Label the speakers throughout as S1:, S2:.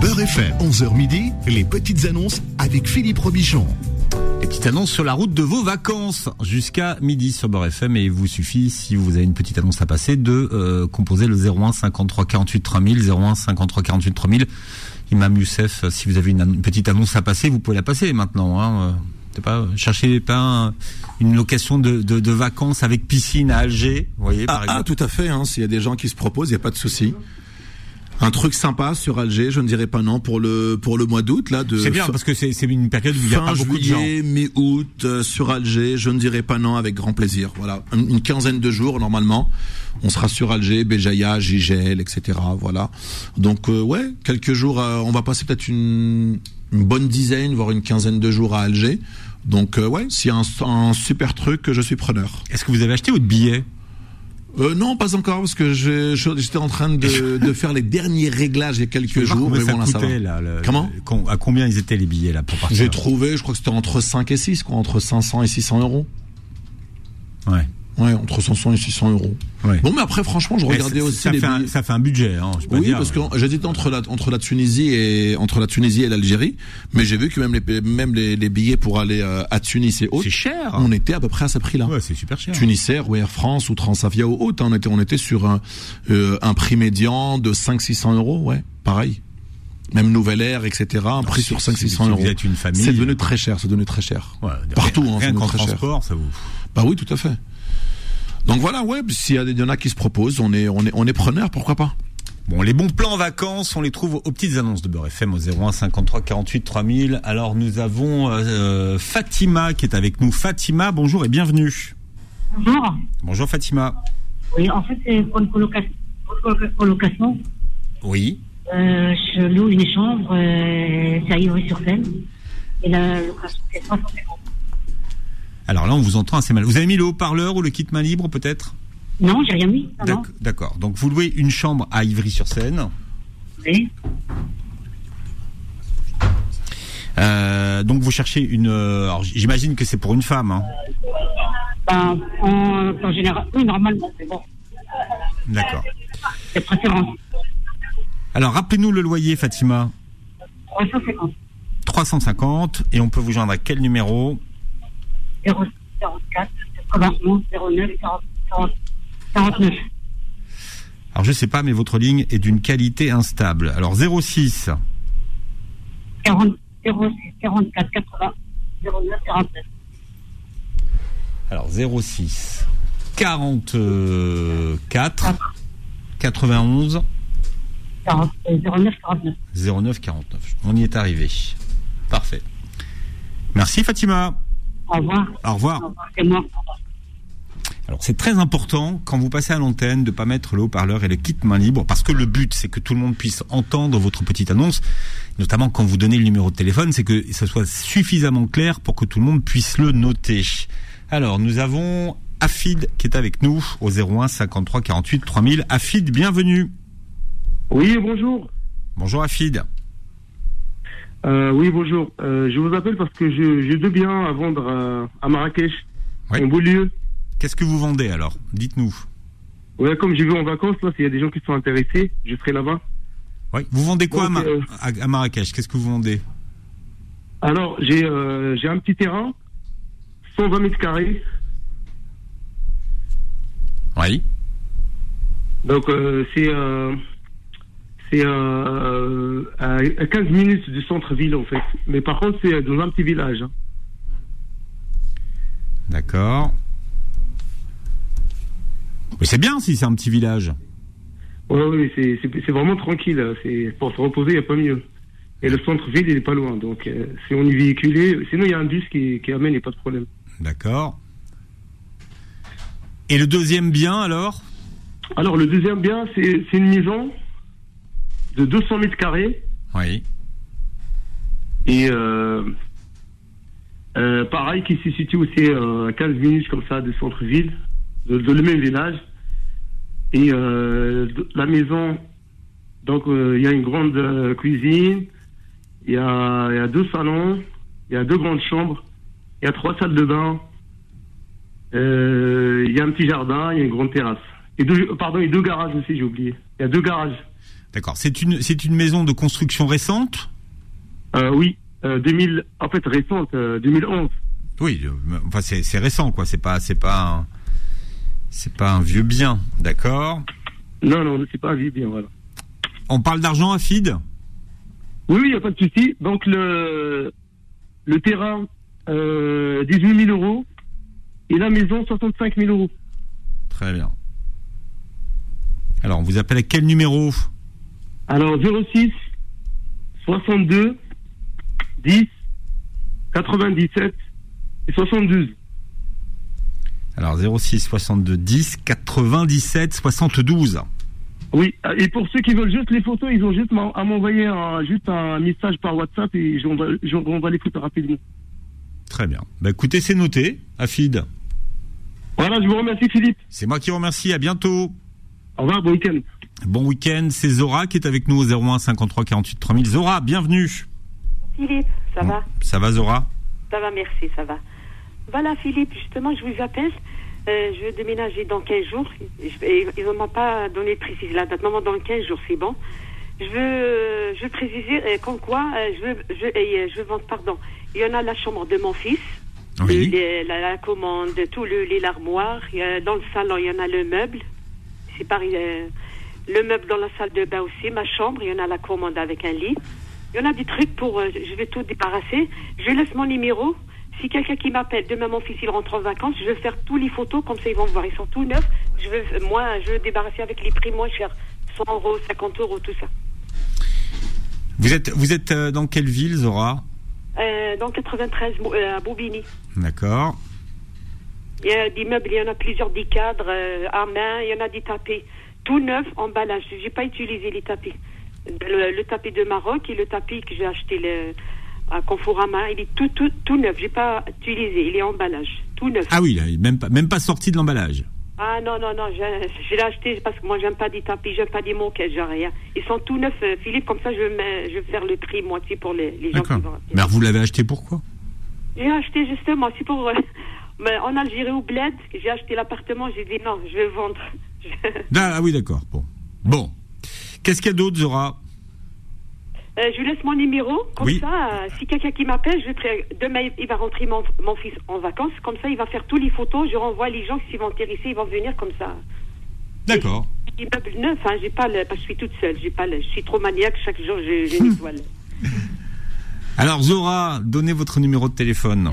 S1: Beurre FM, 11h midi, les petites annonces avec Philippe Robichon.
S2: Les petites annonces sur la route de vos vacances jusqu'à midi sur Beurre FM et il vous suffit, si vous avez une petite annonce à passer, de euh, composer le 01 53 48 3000, 01 53 48 3000. Imam Youssef, euh, si vous avez une, annon- une petite annonce à passer, vous pouvez la passer maintenant. Hein. euh, c'est pas, cherchez pas un- une location de, de- de vacances avec piscine à Alger, vous voyez, par
S3: Ah, ah,
S2: exemple.
S3: tout à fait, hein, s'il y a des gens qui se proposent, il n'y a pas de souci. Un truc sympa sur Alger, je ne dirais pas non, pour le, pour le mois d'août, là, de
S2: C'est bien
S3: fin-
S2: parce que c'est c'est une période où il n'y a
S3: fin
S2: pas beaucoup de gens.
S3: juillet, mi-août, euh, sur Alger, je ne dirais pas non, avec grand plaisir. Voilà, une, une quinzaine de jours, normalement, on sera sur Alger, Béjaïa, Gigel, etc. Voilà. Donc, euh, ouais, quelques jours, euh, on va passer peut-être une, une bonne dizaine, voire une quinzaine de jours à Alger. Donc, euh, ouais, s'il y a un, un super truc, je suis preneur.
S2: Est-ce que vous avez acheté votre billet
S3: Euh, non, pas encore, parce que je- je- j'étais en train de, de faire les derniers réglages il y a quelques
S2: Je sais pas
S3: jours.
S2: combien
S3: mais
S2: ça
S3: bon, là, ça va.
S2: coûtait, là, le-
S3: Comment
S2: le- con- À combien ils étaient les billets là pour partir
S3: J'ai trouvé, je crois que c'était entre 5 et 6, quoi, entre 500 et 600 euros.
S2: Ouais.
S3: Ouais, entre 500 et 600 euros.
S2: Ouais.
S3: Bon, mais après, franchement, je
S2: Mais
S3: regardais
S2: ça-
S3: aussi
S2: ça
S3: les
S2: fait, un,
S3: billets.
S2: ça fait un budget, hein, je peux
S3: Oui,
S2: dire.
S3: parce que j'hésite entre la, entre la Tunisie et entre la Tunisie et l'Algérie, mais j'ai vu que même les même les, les billets pour aller euh, à Tunis et autres,
S2: c'est cher.
S3: on était à peu près à ce prix-là.
S2: Ouais, c'est super cher.
S3: Tunisair ou Air France ou Transavia ou autre, hein, on était on était sur un euh, un prix médian de 5 600 euros, ouais, pareil. Même Nouvelle Air, etc. Un prix
S2: si-
S3: sur 5
S2: si-
S3: 600
S2: si vous
S3: euros.
S2: êtes une famille- hein.
S3: c'est devenu très cher, c'est devenu très cher.
S2: Ouais,
S3: Partout,
S2: rien,
S3: hein,
S2: rien
S3: c'est
S2: qu'en
S3: très cher.
S2: transport, ça vous.
S3: Bah oui, tout à fait. Donc voilà, ouais, s'il y, a des- il y en a qui se proposent, on est, on est, on est preneur, pourquoi pas
S2: Bon, les bons plans vacances, on les trouve aux petites annonces de Beurre FM au 01 53 48 3000. Alors nous avons euh, Fatima qui est avec nous. Fatima, bonjour et bienvenue.
S4: Bonjour.
S2: Bonjour Fatima.
S4: Oui, en fait, c'est pour une colocation. pour une coloca- colocation.
S2: Oui.
S4: Euh, je loue une chambre, euh, c'est à Ivry-sur-Seine. Et la location, c'est 350.
S2: Alors là, on vous entend assez mal. Vous avez mis le haut-parleur ou le kit main libre peut-être
S4: Non, j'ai rien mis. Non, non.
S2: D'ac- D'accord. Donc vous louez une chambre à Ivry-sur-Seine.
S4: Oui.
S2: Euh, donc vous cherchez une. euh, alors j- j'imagine que c'est pour une femme. hein.
S4: Ben, en, en général, oui, normalement, c'est bon.
S2: D'accord.
S4: C'est préférence.
S2: Alors rappelez-nous le loyer, Fatima.
S4: 350.
S2: 350 et on peut vous joindre à quel numéro
S4: 06 44 91 09 40 40 49.
S2: Alors je sais pas, mais votre ligne est d'une qualité instable. Alors 06
S4: 40 06 44 80 09 49.
S2: Alors 06 44 91
S4: 40, euh, 09 49.
S2: 09 49. On y est arrivé. Parfait. Merci Fatima.
S4: Au revoir.
S2: Au revoir.
S4: Au revoir, c'est moi. Au revoir.
S2: Alors c'est très important quand vous passez à l'antenne de pas mettre le haut-parleur et le kit main libre parce que le but c'est que tout le monde puisse entendre votre petite annonce, notamment quand vous donnez le numéro de téléphone, c'est que ce soit suffisamment clair pour que tout le monde puisse le noter. Alors nous avons Afid qui est avec nous au 01 53 48 3000. Afid, bienvenue.
S5: Oui, bonjour.
S2: Bonjour Afid.
S5: Euh, oui, bonjour. Euh, je vous appelle parce que je- j'ai deux biens à vendre euh, à Marrakech,
S2: Oui.
S5: en beau lieu.
S2: Qu'est-ce que vous vendez alors Dites-nous.
S5: Ouais, comme je vais en vacances, là, s'il y a des gens qui sont intéressés, je serai là-bas.
S2: Oui. Vous vendez quoi à,
S5: Donc,
S2: Mar-
S5: euh,
S2: à- à Marrakech Qu'est-ce que vous vendez
S5: Alors, j'ai euh, j'ai un petit terrain, 120 mètres carrés.
S2: Oui.
S5: Donc, euh, c'est euh, c'est euh, à à 15 minutes du centre-ville, en fait. Mais par contre, c'est dans un petit village. hein.
S2: D'accord. Mais c'est bien si c'est un petit village.
S5: Ouais, ouais, c'est- c'est c'est vraiment tranquille. hein. C'est pour se reposer, il n'y a pas mieux. Et le centre-ville, il est pas loin. Donc, euh, si on est véhiculé, sinon il y a un bus qui, qui amène, il n'y a pas de problème.
S2: D'accord. Et le deuxième bien alors
S5: Alors, le deuxième bien, c'est c'est une maison de 200 mètres carrés.
S2: Oui.
S5: Et euh, euh, pareil, qui se situe aussi euh, à 15 minutes comme ça du centre-ville, de, de le même village. Et euh, de- la maison, donc euh, il y a une grande euh, cuisine, il y a, il y a deux salons, il y a deux grandes chambres, il y a trois salles de bain, euh, il y a un petit jardin, il y a une grande terrasse. Et deux, pardon, et deux garages aussi, j'ai oublié. Il y a deux garages.
S2: D'accord. C'est une, c'est une maison de construction récente
S5: Euh, oui, euh, 2000, en fait récente, euh, 2011.
S2: Oui, euh, enfin c'est c'est récent quoi, c'est pas c'est pas un- c'est pas un vieux bien, d'accord
S5: Non, non, c'est pas vu bien, voilà.
S2: On parle d'argent affide
S5: Oui, oui, il n'y a pas de souci. Donc, le, le terrain, euh, 18 000 euros. Et la maison, 65 000 euros.
S2: Très bien. Alors, on vous appelle à quel numéro
S5: Alors, 06 62 10 97 et 72.
S2: Alors 06 62 10 97 72.
S5: Oui, euh, et pour ceux qui veulent juste les photos, ils ont juste m'en- à m'envoyer un, juste un message par WhatsApp et j'en- j'en- on va les photos rapidement.
S2: Très bien. Bah écoutez, c'est noté, Afid.
S5: Voilà, je vous remercie Philippe.
S2: C'est moi qui vous remercie, à bientôt.
S5: Au revoir, bon week-end.
S2: Bon week-end, c'est Zora qui est avec nous au 01 53 48 3000. Zora, bienvenue.
S6: Philippe, ça va
S2: Ça va Zora
S6: Ça va, merci, ça va. Voilà, Philippe, justement, je vous appelle. Euh, je vais déménager dans 15 jours. Je- et ils ne m'ont pas donné précise la date. Maman, dans 15 jours, c'est bon. Je veux, je veux préciser euh, comme quoi euh, je veux, je, et, euh, je veux vendre, pardon. Il y en a la chambre de mon fils, le- le- la, la commande, tout le lit, l'armoire. Il y a- Dans le salon, il y en a le meuble. C'est pareil. euh, le meuble dans la salle de bain aussi, ma chambre, il y en a la commande avec un lit. Il y en a des trucs pour. euh, je vais tout débarrasser. Je laisse mon numéro. Si quelqu'un qui m'appelle, demain mon fils il rentre en vacances, je vais faire tous les photos, comme ça ils vont voir. Ils sont tout neufs. Je veux, euh, moi, je veux débarrasser avec les prix moins chers 100 euros, 50 euros, tout ça.
S2: Vous êtes, vous êtes euh, dans quelle ville, Zora
S6: Euh, dans 93, Mo- euh, à Bobigny.
S2: D'accord.
S6: Il y a des meubles, il y en a plusieurs, des cadres euh, à main, il y en a des tapis. Tout neuf, emballage. Je n'ai pas utilisé les tapis. Le, le tapis de Maroc et le tapis que j'ai acheté le, à Conforama, il est tout, tout, tout neuf. Je n'ai pas utilisé. Il est emballage. Tout neuf.
S2: Ah oui, là, il est même pas, même pas sorti de l'emballage.
S6: Ah non, non, non, je, je l'ai acheté parce que moi, j'aime pas des tapis, j'aime pas des moquettes, j'ai rien. Ils sont tout neufs, euh, Philippe, comme ça, je vais, me- je vais faire le prix moitié pour les, les gens qui
S2: D'accord.
S6: vont.
S2: Mais alors, vous l'avez acheté pourquoi
S6: J'ai acheté justement, c'est pour. euh, mais en Algérie, au Bled, j'ai acheté l'appartement, j'ai dit non, je vais vendre. Je-
S2: ah, ah oui, d'accord. Bon. Bon. Qu'est-ce qu'il y a d'autre, Zora
S6: Euh, je lui laisse mon numéro, comme
S2: Oui.
S6: ça, euh, si quelqu'un qui m'appelle, je pré- demain, il va rentrer mon, mon fils en vacances, comme ça, il va faire toutes les photos, je renvoie les gens qui sont intéressés, ils vont venir comme ça.
S2: D'accord.
S6: Immeuble neuf, hein, j'ai pas le, parce que je suis toute seule, j'ai pas le, je suis trop maniaque, chaque jour, je, je nettoie le-
S2: Alors, Zora, donnez votre numéro de téléphone.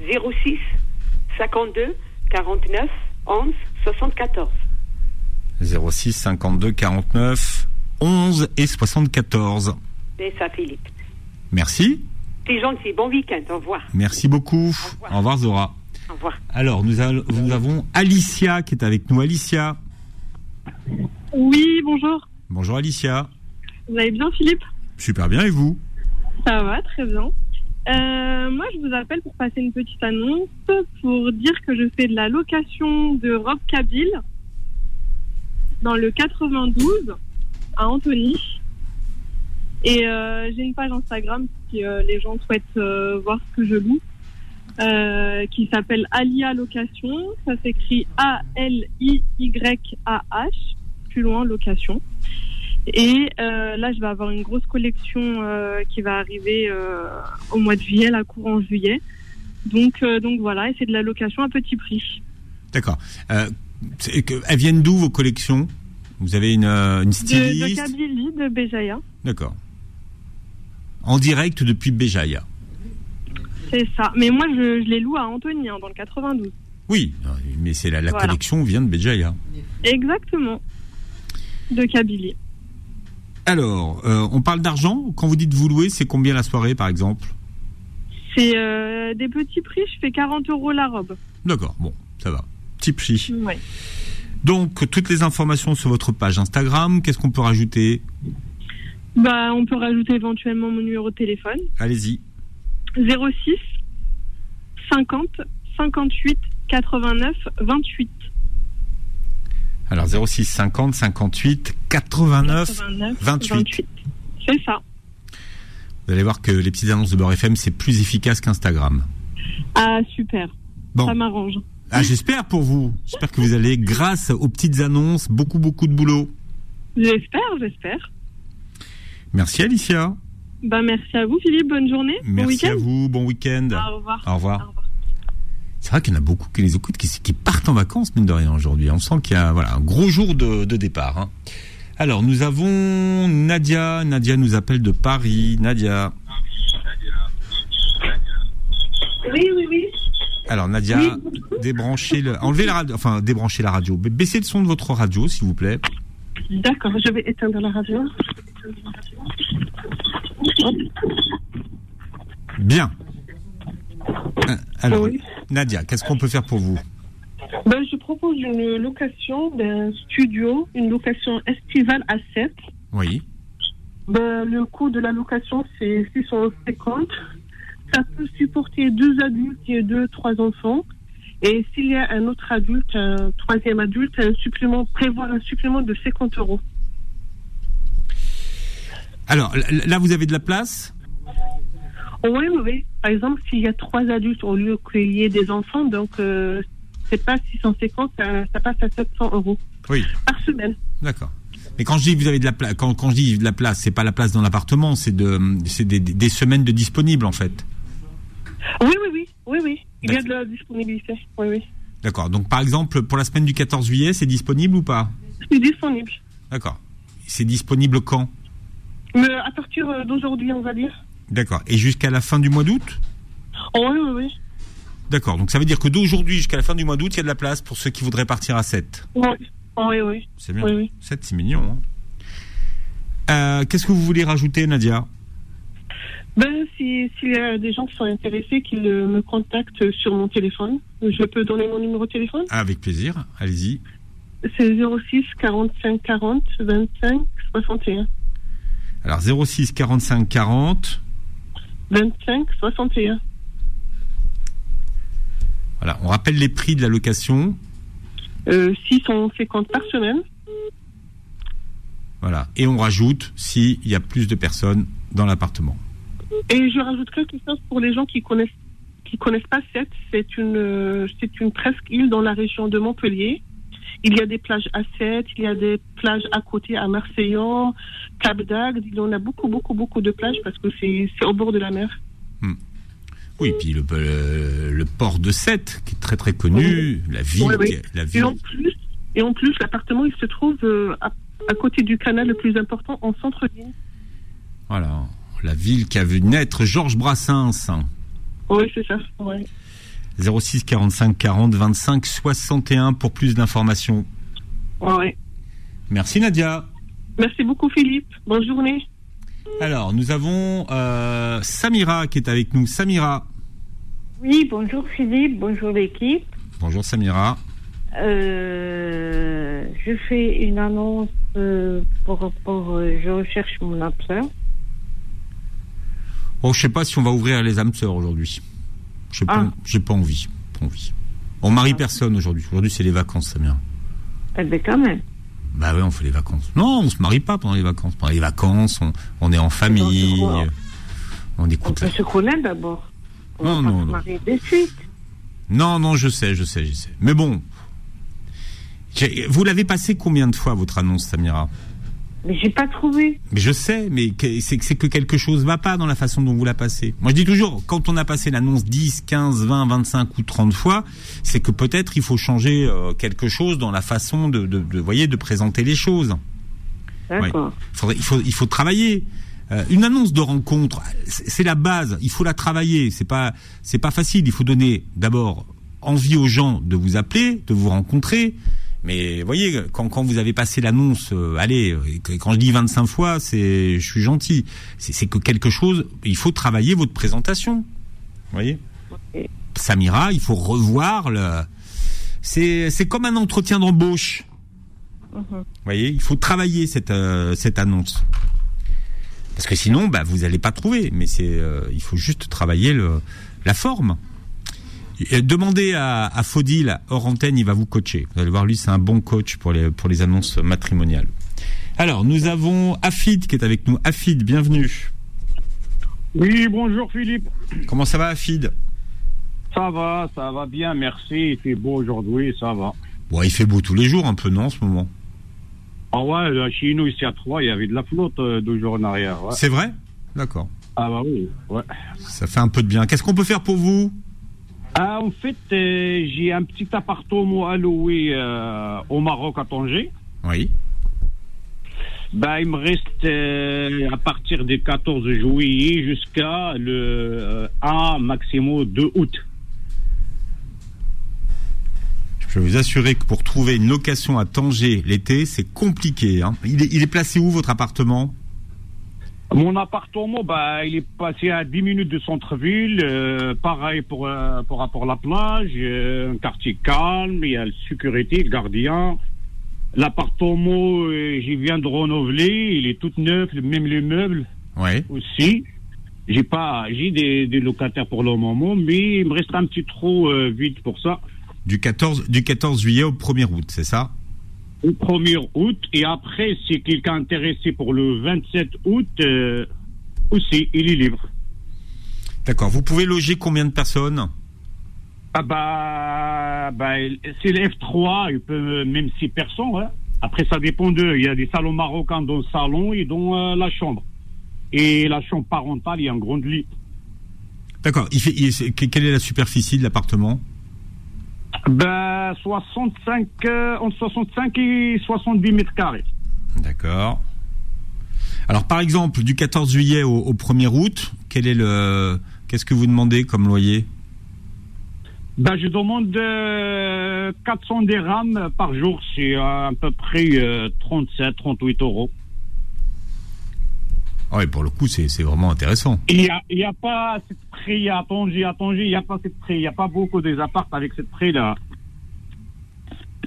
S6: 06 52 49 11 74.
S2: 06 52 49 11 et 74.
S6: C'est ça, Philippe.
S2: Merci.
S6: C'est gentil. Bon week-end. Au revoir.
S2: Merci beaucoup.
S6: revoir.
S2: Au revoir, Zora.
S6: Au revoir.
S2: Alors, nous, al- nous avons Alicia qui est avec nous. Alicia.
S7: Oui, bonjour.
S2: Bonjour, Alicia.
S7: Vous allez bien, Philippe
S2: Super bien, et vous
S7: Ça va, très bien. Euh, moi, je vous appelle pour passer une petite annonce pour dire que je fais de la location de robe Kabyle dans le 92 à Antony. Et euh, j'ai une page Instagram si euh, les gens souhaitent euh, voir ce que je loue, euh, qui s'appelle Alia Location. Ça s'écrit A-L-I-Y-A-H, plus loin, location. Et euh, là, je vais avoir une grosse collection euh, qui va arriver euh, au mois de juillet, la courant juillet. Donc, euh, donc voilà, et c'est de la location à petit prix.
S2: D'accord. Euh, c'est que- elles viennent d'où vos collections Vous avez une, euh, une
S7: De, de
S2: styliste
S7: Kabylie, de Béjaïa,
S2: D'accord. En direct depuis Béjaïa.
S7: c'est ça. Mais moi, je, je les loue à Anthony hein, dans le 92.
S2: Oui, mais c'est la, la
S7: Voilà.
S2: collection vient de Béjaïa.
S7: Exactement. De Kabylie.
S2: Alors, euh, on parle d'argent. Quand vous dites vous louer, c'est combien la soirée, par exemple
S7: C'est euh, des petits prix, je fais 40 euros la robe.
S2: D'accord, bon, ça va. Petit prix.
S7: Ouais.
S2: Donc, toutes les informations sur votre page Instagram. Qu'est-ce qu'on peut rajouter
S7: Bah, on peut rajouter éventuellement mon numéro de téléphone.
S2: Allez-y.
S7: 06 50 58 89 28.
S2: Alors, 06 50 58 89
S7: 89,
S2: 28.
S7: C'est ça.
S2: Vous allez voir que les petites annonces de Beurre FM, c'est plus efficace qu'Instagram.
S7: Ah, super.
S2: Bon.
S7: Ça m'arrange.
S2: Ah, j'espère pour vous. J'espère que vous allez, grâce aux petites annonces, beaucoup, beaucoup de boulot.
S7: J'espère, j'espère.
S2: Merci Alicia.
S7: Ben, merci à vous, Philippe. Bonne journée. bon
S2: Merci
S7: week-end.
S2: à vous. Bon week-end.
S7: Au revoir.
S2: Au revoir. C'est vrai qu'il y en a beaucoup qui les écoutent, qui, qui partent en vacances, mine de rien, aujourd'hui. On sent qu'il y a voilà, un gros jour de, de départ. hein. Alors, nous avons Nadia. Nadia nous appelle de Paris. Nadia.
S8: Oui, oui, oui.
S2: Alors, Nadia, débranchez le, enlevez la radio, enfin, débranchez la radio. Ba- Baissez le son de votre radio, s'il vous plaît.
S8: D'accord, je vais éteindre la radio.
S2: Bien. Ah, Alors,
S8: Oui.
S2: Nadia, qu'est-ce qu'on peut faire pour vous
S8: Ben, je propose une location d'un studio, une location estivale à 7.
S2: Oui.
S8: Ben, le coût de la location, c'est 650. Ça peut supporter deux adultes et deux, trois enfants. Et s'il y a un autre adulte, un troisième adulte, un supplément, prévoir un supplément de 50 euros.
S2: Alors, l- là, vous avez de la place
S8: Oui, oui, oui. Par exemple, s'il y a trois adultes au lieu qu'il y ait des enfants, donc euh, c'est pas 650, ça, ça passe à 700 euros
S2: Oui.
S8: par semaine.
S2: D'accord. Mais quand je dis que vous avez de la place, quand, quand je dis de la place, c'est pas la place dans l'appartement, c'est de, c'est des, des- des semaines de disponibles en fait.
S8: Oui, oui, oui, oui, oui. Il y a de la disponibilité. Oui, oui.
S2: D'accord. Donc par exemple, pour la semaine du 14 juillet, c'est disponible ou pas
S8: C'est disponible.
S2: D'accord. C'est disponible quand
S8: Mais à partir euh, d'aujourd'hui, on va dire.
S2: D'accord. Et jusqu'à la fin du mois d'août
S8: Oh, oui, oui, oui.
S2: D'accord. Donc ça veut dire que d'aujourd'hui jusqu'à la fin du mois d'août, il y a de la place pour ceux qui voudraient partir à 7.
S8: Oui, Oh, oui, oui.
S2: C'est bien.
S8: Oui, oui.
S2: 7, c'est mignon. hein. Euh, Qu'est-ce que vous voulez rajouter, Nadia
S8: Ben, si- s'il y a des gens qui sont intéressés, qu'ils euh, me contactent sur mon téléphone. Je peux donner mon numéro de téléphone
S2: Ah, Avec plaisir. Allez-y.
S8: C'est 06 45 40 25 61.
S2: Alors 06 45 40.
S8: 25 61.
S2: Voilà. On rappelle les prix de la location.
S8: Euh, 650 par semaine.
S2: Voilà. Et on rajoute s'il y a plus de personnes dans l'appartement.
S8: Et je rajoute quelque chose pour les gens qui connaissent qui connaissent pas Sète. C'est une euh, c'est une presqu'île dans la région de Montpellier. Il y a des plages à Sète, il y a des plages à côté à Marseillan, Cap d'Agde. Il y en a beaucoup beaucoup beaucoup de plages parce que c'est c'est au bord de la mer.
S2: Oui, puis le, le- le port de Sète, qui est très très connu, la ville,
S8: Oui, oui.
S2: qui est- la
S8: Et
S2: ville.
S8: en plus et en plus l'appartement il se trouve euh, à, à côté du canal le plus important en centre-ville.
S2: Voilà, la ville qui a vu naître Georges Brassens.
S8: Oui c'est ça. Ouais.
S2: 06 45 40 25 61 pour plus d'informations.
S8: Ouais, ouais.
S2: Merci Nadia.
S8: Merci beaucoup Philippe. Bonne journée.
S2: Alors, nous avons euh, Samira qui est avec nous. Samira.
S9: Oui, bonjour Philippe, bonjour l'équipe.
S2: Bonjour Samira.
S9: Euh, je fais une annonce euh, pour, pour euh, je recherche mon âme sœur.
S2: Oh, je sais pas si on va ouvrir les âmes sœurs aujourd'hui. Je
S9: Ah.
S2: sais pas, j'ai pas envie. Pas envie. On marie personne aujourd'hui. Aujourd'hui, c'est les vacances, Samira.
S9: Eh bien quand même.
S2: Bah ouais, on fait les vacances. Non, on se marie pas pendant les vacances. Pendant les vacances, on, on est en famille,
S9: On se voit.
S2: euh, on
S9: On
S2: écoute.
S9: peut
S2: La...
S9: se connaître d'abord. On va
S2: Non,
S9: pas
S2: non,
S9: se
S2: non.
S9: marier de suite.
S2: Non, non, je sais, je sais, je sais. Mais bon, J'ai- vous l'avez passé combien de fois votre annonce, Samira
S9: Mais j'ai pas trouvé.
S2: Mais je sais, mais que- c'est que- c'est que quelque chose va pas dans la façon dont vous la passez. Moi, je dis toujours, quand on a passé l'annonce 10, 15, 20, 25 ou 30 fois, c'est que peut-être il faut changer euh, quelque chose dans la façon de, de, de- voyez, de présenter les choses.
S9: D'accord.
S2: Faudrait- il, faut, il faut travailler. Euh, une annonce de rencontre, c'est c'est la base. Il faut la travailler. C'est pas, c'est pas facile. Il faut donner d'abord envie aux gens de vous appeler, de vous rencontrer. Mais voyez, quand, quand vous avez passé l'annonce, euh, allez, euh, et que- quand je dis 25 fois, c'est, je suis gentil. C'est c'est que quelque chose. Il faut travailler votre présentation. Voyez.
S9: Ok.
S2: Samira, il faut revoir le. C'est, c'est comme un entretien d'embauche. Vous voyez, il faut travailler cette, euh, cette annonce. Parce que sinon, bah, vous n'allez pas trouver. Mais c'est, euh, il faut juste travailler le, la forme. Et euh, demandez à, à Faudil, hors antenne, il va vous coacher. Vous allez voir, lui, c'est un bon coach pour les, pour les annonces matrimoniales. Alors, nous avons Afid qui est avec nous. Afid, bienvenue.
S10: Oui, bonjour Philippe.
S2: Comment ça va, Afid
S10: Ça va, ça va bien, merci. Il fait beau aujourd'hui, ça va.
S2: Bon, il fait beau tous les jours un peu, non, en ce moment
S10: Ah ouais, là, chez nous, ici à Troyes, il y avait de la flotte euh, deux jours en arrière. ouais.
S2: C'est vrai D'accord.
S10: Ah bah oui, ouais.
S2: Ça fait un peu de bien. Qu'est-ce qu'on peut faire pour vous
S10: Ah, en fait, euh, j'ai un petit appartement à louer euh, au Maroc, à Tanger.
S2: Oui.
S10: Bah, il me reste euh, à partir du 14 juillet jusqu'à le euh, 1 maximum 2 août.
S2: Je vais vous assurer que pour trouver une location à Tanger l'été, c'est compliqué. hein. Il, est, il est placé où votre appartement
S10: Mon appartement, bah, il est passé à 10 minutes de centre-ville. euh, pareil pour, euh, pour rapport à la plage. euh, un quartier calme, il y a la sécurité, le gardien. L'appartement, euh, j'y viens de renouveler. Il est tout neuf, même les meubles
S2: Oui.
S10: aussi. J'ai pas, j'ai des, des locataires pour le moment, mais il me reste un petit trou euh, vide pour ça.
S2: Du 14, du 14 juillet au 1er août, c'est ça
S10: Au 1er août, et après, si quelqu'un est intéressé pour le 27 août, euh, aussi, il est libre.
S2: D'accord. Vous pouvez loger combien de personnes
S10: Ah bah, bah, c'est le F3, il peut même 6 personnes. hein. Après, ça dépend d'eux. Il y a des salons marocains dans le salon et dans euh, la chambre. Et la chambre parentale, il y a un grand lit.
S2: D'accord. Il fait- il- c'est- que- quelle est la superficie de l'appartement
S10: Bah, 65, euh, entre 65 et 70 mètres carrés.
S2: D'accord. Alors, par exemple, du 14 juillet au, au 1er août, quel est le, qu'est-ce que vous demandez comme loyer
S10: Bah, je demande euh, 400 dirhams par jour, c'est euh, à peu près euh, 37, 38 euros.
S2: Ah Oui, pour le coup, c'est c'est vraiment intéressant.
S10: Il n'y a, il y a pas cette prix à Tanger, à Tanger, il n'y a pas cette prix, il n'y a pas beaucoup des apparts avec cette prix là.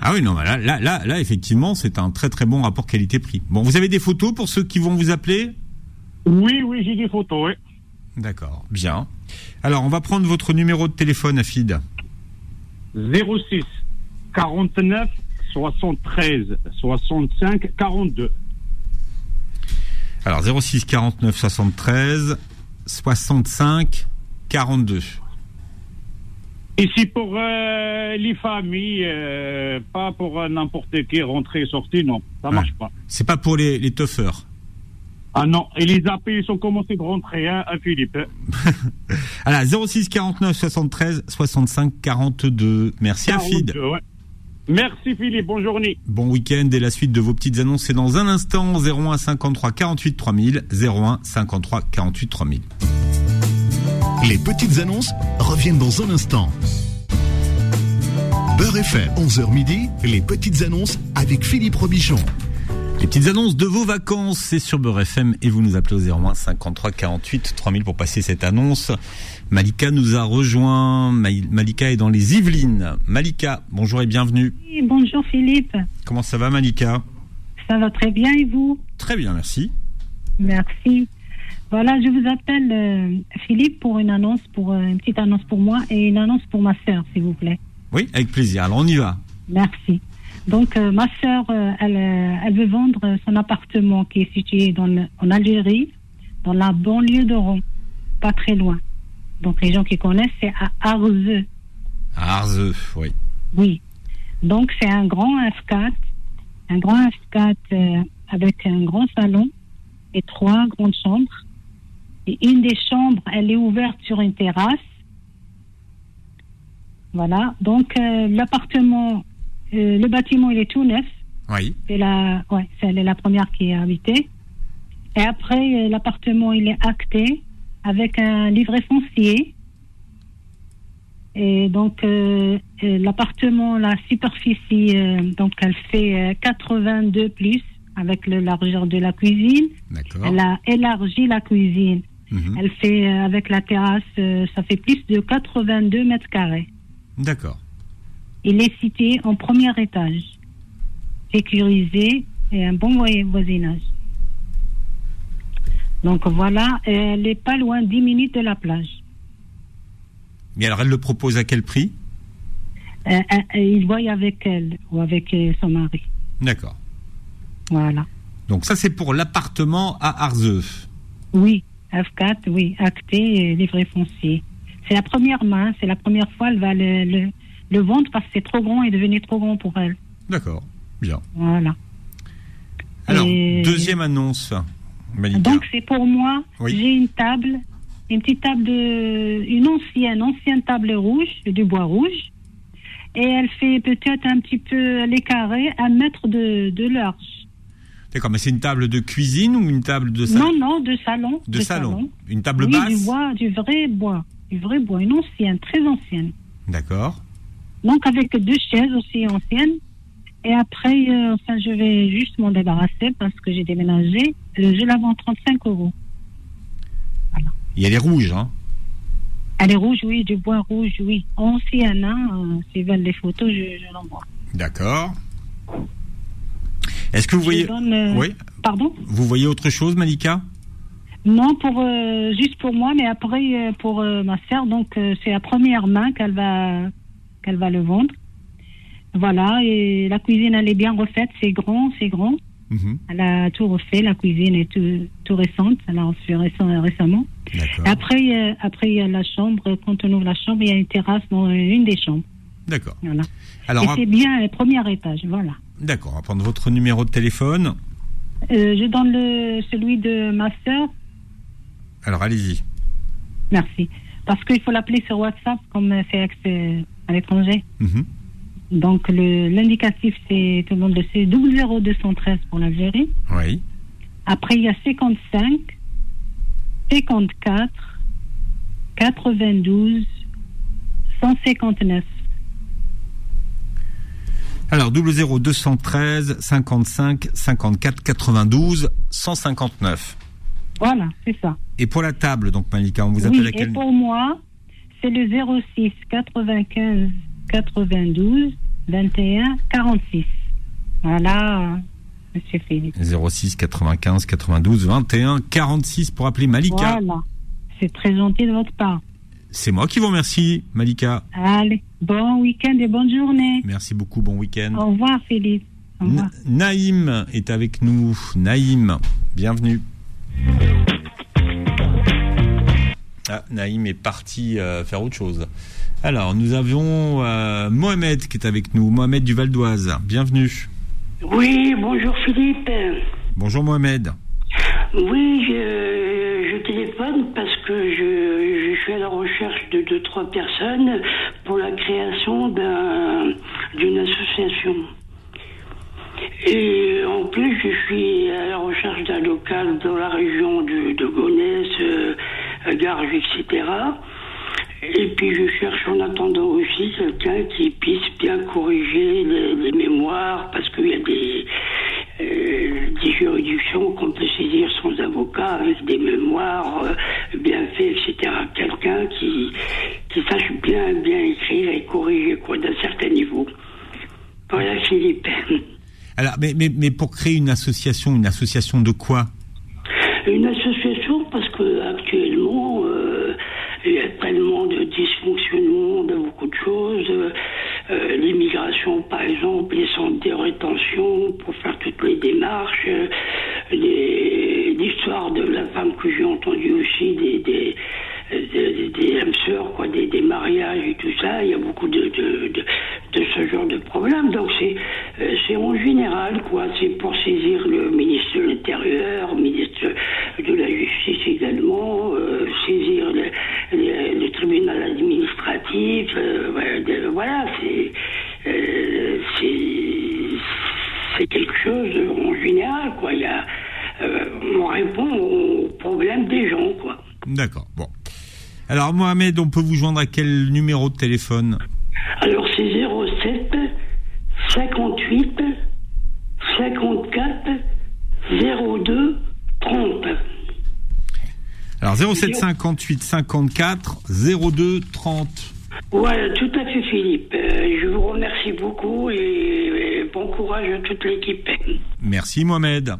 S2: Ah oui, non, mais là, là, là, là, effectivement, c'est un très très bon rapport qualité-prix. Bon, vous avez des photos pour ceux qui vont vous appeler
S10: Oui, oui, j'ai des photos, oui.
S2: D'accord, bien. Alors, on va prendre votre numéro de téléphone, Afid.
S10: 06 49 73 65 42.
S2: Alors, 06 49 73 65 42.
S10: Ici pour euh, les familles, euh, pas pour euh, n'importe qui rentrer et sortir, non, ça marche pas.
S2: C'est pas pour les, les toughers.
S10: Ah non, et les AP, ils sont commencés de rentrer, hein, à Philippe.
S2: Alors, 06 49 73 65 42. Merci,
S10: Ah
S2: Afid.
S10: 42, ouais. Merci Philippe, bonne journée.
S2: Bon week-end et la suite de vos petites annonces, c'est dans un instant. 01 53 48 3000. 01 53 48 3000.
S1: Les petites annonces reviennent dans un instant. Beurre FM, 11h midi, les petites annonces avec Philippe Robichon.
S2: Les petites annonces de vos vacances, c'est sur Beurre FM et vous nous appelez au 01 53 48 3000 pour passer cette annonce. Malika nous a rejoint. Ma- Malika est dans les Yvelines. Malika, bonjour et bienvenue.
S11: Oui, bonjour Philippe,
S2: Comment ça va Malika
S11: ça va très bien et vous
S2: Très bien, merci.
S11: Merci. Voilà, je vous appelle euh, Philippe pour une annonce, pour euh, une petite annonce pour moi et une annonce pour ma sœur, s'il vous plaît.
S2: Oui, avec plaisir. Alors on y va.
S11: Merci. Donc, euh, ma sœur, euh, elle, euh, elle veut vendre euh, son appartement qui est situé dans le- en Algérie, dans la banlieue d'Oran, pas très loin. Donc, les gens qui connaissent, c'est à Arze.
S2: À Arzeux, oui.
S11: Oui. Donc, c'est un grand F4, un grand F4 euh, avec un grand salon et trois grandes chambres. Et une des chambres, elle est ouverte sur une terrasse. Voilà. Donc, euh, l'appartement, euh, le bâtiment, il est tout neuf.
S2: Oui.
S11: C'est la, ouais, c'est elle est la première qui est habitée. Et après, euh, l'appartement, il est acté avec un livret foncier. Et donc, euh, euh, l'appartement, la superficie, euh, donc elle fait euh, 82 plus avec le largeur de la cuisine.
S2: D'accord. Mmh.
S11: Elle a élargi la cuisine.
S2: Mhm.
S11: Elle fait, euh, avec la terrasse, euh, ça fait plus de 82 mètres carrés.
S2: D'accord.
S11: Il est situé en premier étage, sécurisé et un bon voy- voisinage. Donc voilà, elle n'est pas loin, 10 minutes de la plage.
S2: Mais alors elle le propose à quel prix
S11: Euh, euh, euh, il voit avec elle ou avec euh, son mari.
S2: D'accord.
S11: Voilà.
S2: Donc ça c'est pour l'appartement à Arzeux.
S11: Oui, F4, oui, acté, euh, livret foncier. C'est la première main, c'est la première fois elle va le, le, le vendre parce que c'est trop grand, il est devenu trop grand pour elle.
S2: D'accord. Bien.
S11: Voilà.
S2: Alors,
S11: Et-
S2: deuxième annonce, Malika.
S11: Donc c'est pour moi,
S2: Oui.
S11: j'ai une table, une petite table de, une ancienne, ancienne table rouge, du bois rouge, et elle fait peut-être un petit peu les carrés, un mètre de, de large.
S2: D'accord, mais c'est une table de cuisine ou une table de salon
S11: Non, non, de salon.
S2: De salon. Une table
S11: Oui,
S2: basse
S11: du bois, du vrai bois, du vrai bois, une ancienne, très ancienne.
S2: D'accord.
S11: Donc avec deux chaises aussi anciennes. Et après, euh, enfin, je vais juste m'en débarrasser parce que j'ai déménagé. Euh, Je la vends 35 euros.
S2: Et elle est rouge, hein
S11: Elle est rouge, oui, du bois rouge, oui. Ancienne, hein. euh, S'ils veulent les photos, je, je l'envoie.
S2: D'accord. Est-ce que vous
S11: Je
S2: voyez.
S11: donne, euh,
S2: Oui.
S11: Pardon
S2: Vous voyez autre chose, Malika
S11: Non, pour, euh, juste pour moi, mais après euh, pour euh, ma sœur. Donc, euh, c'est la première main qu'elle va, qu'elle va le vendre. Voilà, et la cuisine, elle est bien refaite. C'est grand, c'est grand.
S2: Mhm.
S11: Elle a tout refait, la cuisine est tout, tout récente, elle a reçu récem- récemment. Et Après, euh, après, il y a la chambre, quand on ouvre la chambre, il y a une terrasse dans une des chambres.
S2: D'accord.
S11: Voilà.
S2: Alors,
S11: Et c'est
S2: rap-
S11: bien, le premier étage, voilà.
S2: D'accord, on va prendre votre numéro de téléphone.
S11: Euh, je donne le, celui de ma sœur,
S2: Alors, allez-y.
S11: merci. Parce qu'il faut l'appeler sur WhatsApp, comme euh, c'est accès, euh, à l'étranger.
S2: Mhm,
S11: Donc, le- l'indicatif, c'est tout le monde le sait, 00213 pour l'Algérie.
S2: Oui.
S11: Après, il y a 55, 54, 92, 159.
S2: Alors, 00 213 55 54 92 159.
S11: Voilà, c'est ça.
S2: Et pour la table, donc, Malika, on vous appelle
S11: oui,
S2: à quel
S11: et pour moi, c'est le 06 95 92 21 46. Voilà, euh, monsieur Félix.
S2: 06 95 92 21 46 pour appeler Malika.
S11: Voilà, c'est très gentil de votre part.
S2: C'est moi qui vous remercie, Malika.
S11: Allez, bon week-end et bonne journée.
S2: Merci beaucoup, bon week-end.
S11: Au revoir, Félix. Au revoir.
S2: Na- Naïm est avec nous. Naïm, bienvenue. Ah, Naïm est parti euh, faire autre chose. Alors, nous avons euh, Mohamed qui est avec nous. Mohamed du Val d'Oise, bienvenue.
S12: Oui, bonjour Philippe.
S2: Bonjour Mohamed.
S12: Oui, je, je téléphone parce que je, je suis à la recherche de deux, trois personnes pour la création d'un- d'une association. Et en plus, je suis à la recherche d'un local dans la région de, de Gonesse, euh, Garges, etc. Et puis je cherche en attendant aussi quelqu'un qui puisse bien corriger les, les mémoires parce qu'il y a des, euh, des juridictions qu'on peut saisir sans avocat avec des mémoires euh, bien faites, etc. Quelqu'un qui, qui sache bien, bien écrire et corriger quoi d'un certain niveau. Voilà Philippe.
S2: Alors, mais, mais, mais pour créer une association, une association de quoi
S12: Une association parce que actuellement euh, il y a tellement de dysfonctionnements, de beaucoup de choses. Euh, euh, L'immigration, par exemple, les centres de rétention pour faire toutes les démarches. euh, les- L'histoire de la femme que j'ai entendue aussi, des, des, euh, des, des âmes sœurs, quoi, des, des mariages et tout ça. Il y a beaucoup de, de, de, de ce genre de problème. Donc c'est euh, c'est en général, quoi. C'est pour saisir le ministre de l'Intérieur, ministre de la Justice également, euh, saisir le, le- le tribunal administratif. euh, ouais, de- voilà, c'est. euh, c'est- c'est quelque chose en général, quoi. Il y a, euh, on répond aux problèmes des gens, quoi.
S2: D'accord, bon. Alors, Mohamed, on peut vous joindre à quel numéro de téléphone
S12: Alors c'est 07 58 54 02 30.
S2: Alors, 07 58 54 02 30.
S12: Voilà, tout à fait Philippe. Euh, je vous remercie beaucoup et, et bon courage à toute l'équipe.
S2: Merci, Mohamed.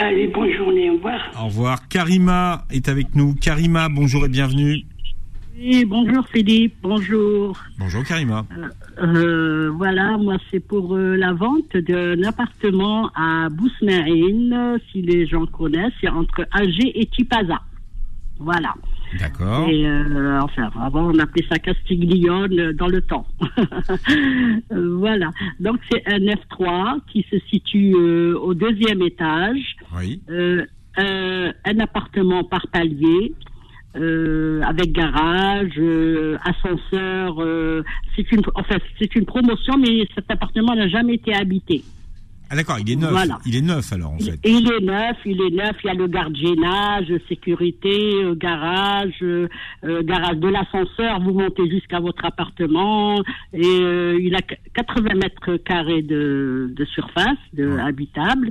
S12: Allez, bonne journée, au revoir.
S2: Au revoir. Karima est avec nous. Karima, bonjour et bienvenue.
S13: Oui, bonjour Philippe, bonjour.
S2: Bonjour Karima.
S13: Euh, voilà, moi c'est pour euh, la vente d'un appartement à Bousnaïn, euh, si les gens connaissent, c'est entre Alger et Tipaza. Voilà.
S2: D'accord.
S13: Et euh, enfin, avant on appelait ça Castiglione euh, dans le temps. Euh, voilà. Donc c'est un F3 qui se situe euh, au deuxième étage.
S2: Oui.
S13: Euh, euh, un appartement par palier. euh, avec garage, euh, ascenseur, euh, c'est une, enfin, c'est une promotion, mais cet appartement n'a jamais été habité.
S2: Ah d'accord, il est neuf.
S13: Voilà.
S2: Il est neuf alors en fait.
S13: Et Il est neuf, il est neuf, il y a le gardiennage, sécurité, euh, garage, euh, euh, garage de l'ascenseur, vous montez jusqu'à votre appartement, et euh, il a qu- 80 mètres carrés de, de surface, de habitable.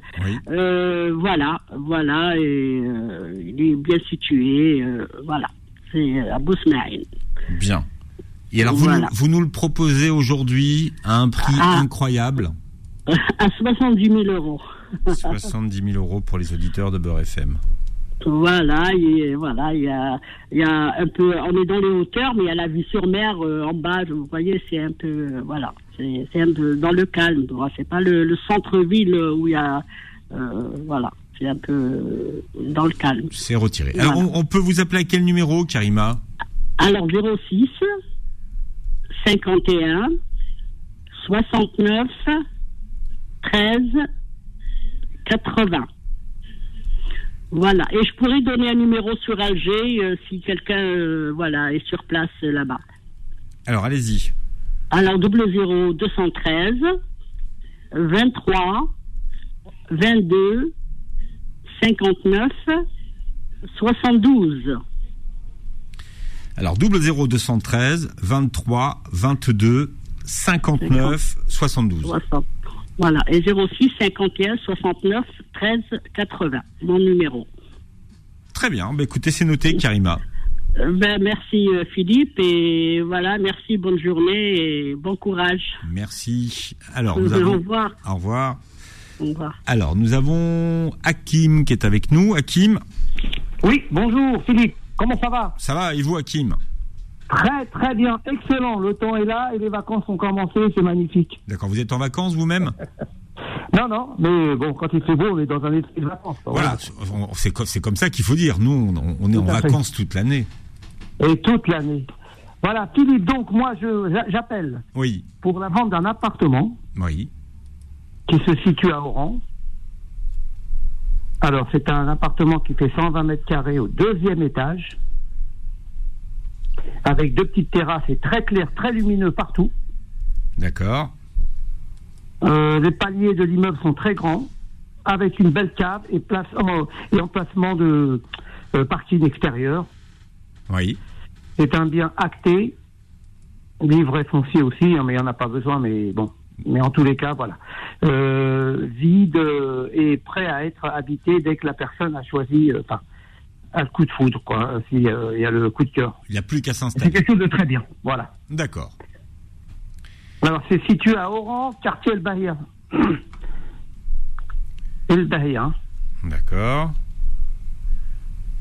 S13: Euh, voilà, voilà, et euh, il est bien situé, euh, voilà, c'est euh, à Bousmaïn.
S2: Bien. Et alors vous,
S13: Voilà.
S2: nous, vous nous le proposez aujourd'hui à un prix
S13: Ah.
S2: incroyable,
S13: à 70 000 euros.
S2: 70 000 euros pour les auditeurs de Beurre FM.
S13: Voilà, et voilà, il y a, il y a un peu, on est dans les hauteurs, mais il y a la vue sur mer euh, en bas, vous voyez, c'est un peu, euh, voilà, c'est c'est un peu dans le calme, tu vois, c'est pas le, le centre-ville euh, où il y a, euh, voilà, c'est un peu euh, dans le calme.
S2: C'est retiré. Alors
S13: Voilà.
S2: on, on peut vous appeler à quel numéro, Karima
S13: Alors 06 51 69 13 80. Voilà, et je pourrais donner un numéro sur Alger euh, si quelqu'un euh, voilà, est sur place euh, là-bas.
S2: Alors allez-y.
S13: Alors 00 213 23 22 59 72.
S2: Alors 00213 23 22 59 72.
S13: Voilà, et 06 51 69 13 80, mon numéro.
S2: Très bien. Bah, écoutez, c'est noté, Karima.
S13: Euh, ben, merci euh, Philippe, et voilà, merci, bonne journée et bon courage.
S2: Merci. Alors
S13: Au
S2: nous avons.
S13: revoir.
S2: Au revoir.
S13: Au revoir.
S2: Alors nous avons Hakim qui est avec nous. Hakim.
S14: Oui. Bonjour Philippe, comment ça va
S2: Ça va et vous, Hakim
S14: Très très bien, excellent, le temps est là et les vacances ont commencé, c'est magnifique.
S2: D'accord. Vous êtes en vacances vous-même
S14: Non, non, mais bon, quand il fait beau, on est dans un esprit de vacances. quoi.
S2: Voilà. on- C'est co- c'est comme ça qu'il faut dire. Nous, on, on est en
S14: à fait.
S2: vacances toute l'année.
S14: Et toute l'année. Voilà, Philippe, donc moi je j'a- j'appelle
S2: Oui.
S14: pour la vente d'un appartement
S2: Oui.
S14: qui se situe à Oran. Alors, c'est un appartement qui fait 120 mètres carrés au deuxième étage, avec deux petites terrasses et très clair, très lumineux partout.
S2: D'accord.
S14: Euh, les paliers de l'immeuble sont très grands, avec une belle cave et, place, euh, et emplacement de euh, parking extérieur.
S2: Oui.
S14: C'est un bien acté, livre et foncier aussi, hein, mais il n'y en a pas besoin, mais bon. Mais en tous les cas, voilà. Euh, vide euh, et prêt à être habité dès que la personne a choisi, euh, enfin, a le coup de foudre, quoi, hein, s'il y a le coup de cœur.
S2: Il n'y a plus qu'à s'installer.
S14: C'est quelque chose de très bien, voilà.
S2: D'accord.
S14: Alors, c'est situé à Oran, quartier El Bahia. El Bahia. hein.
S2: D'accord.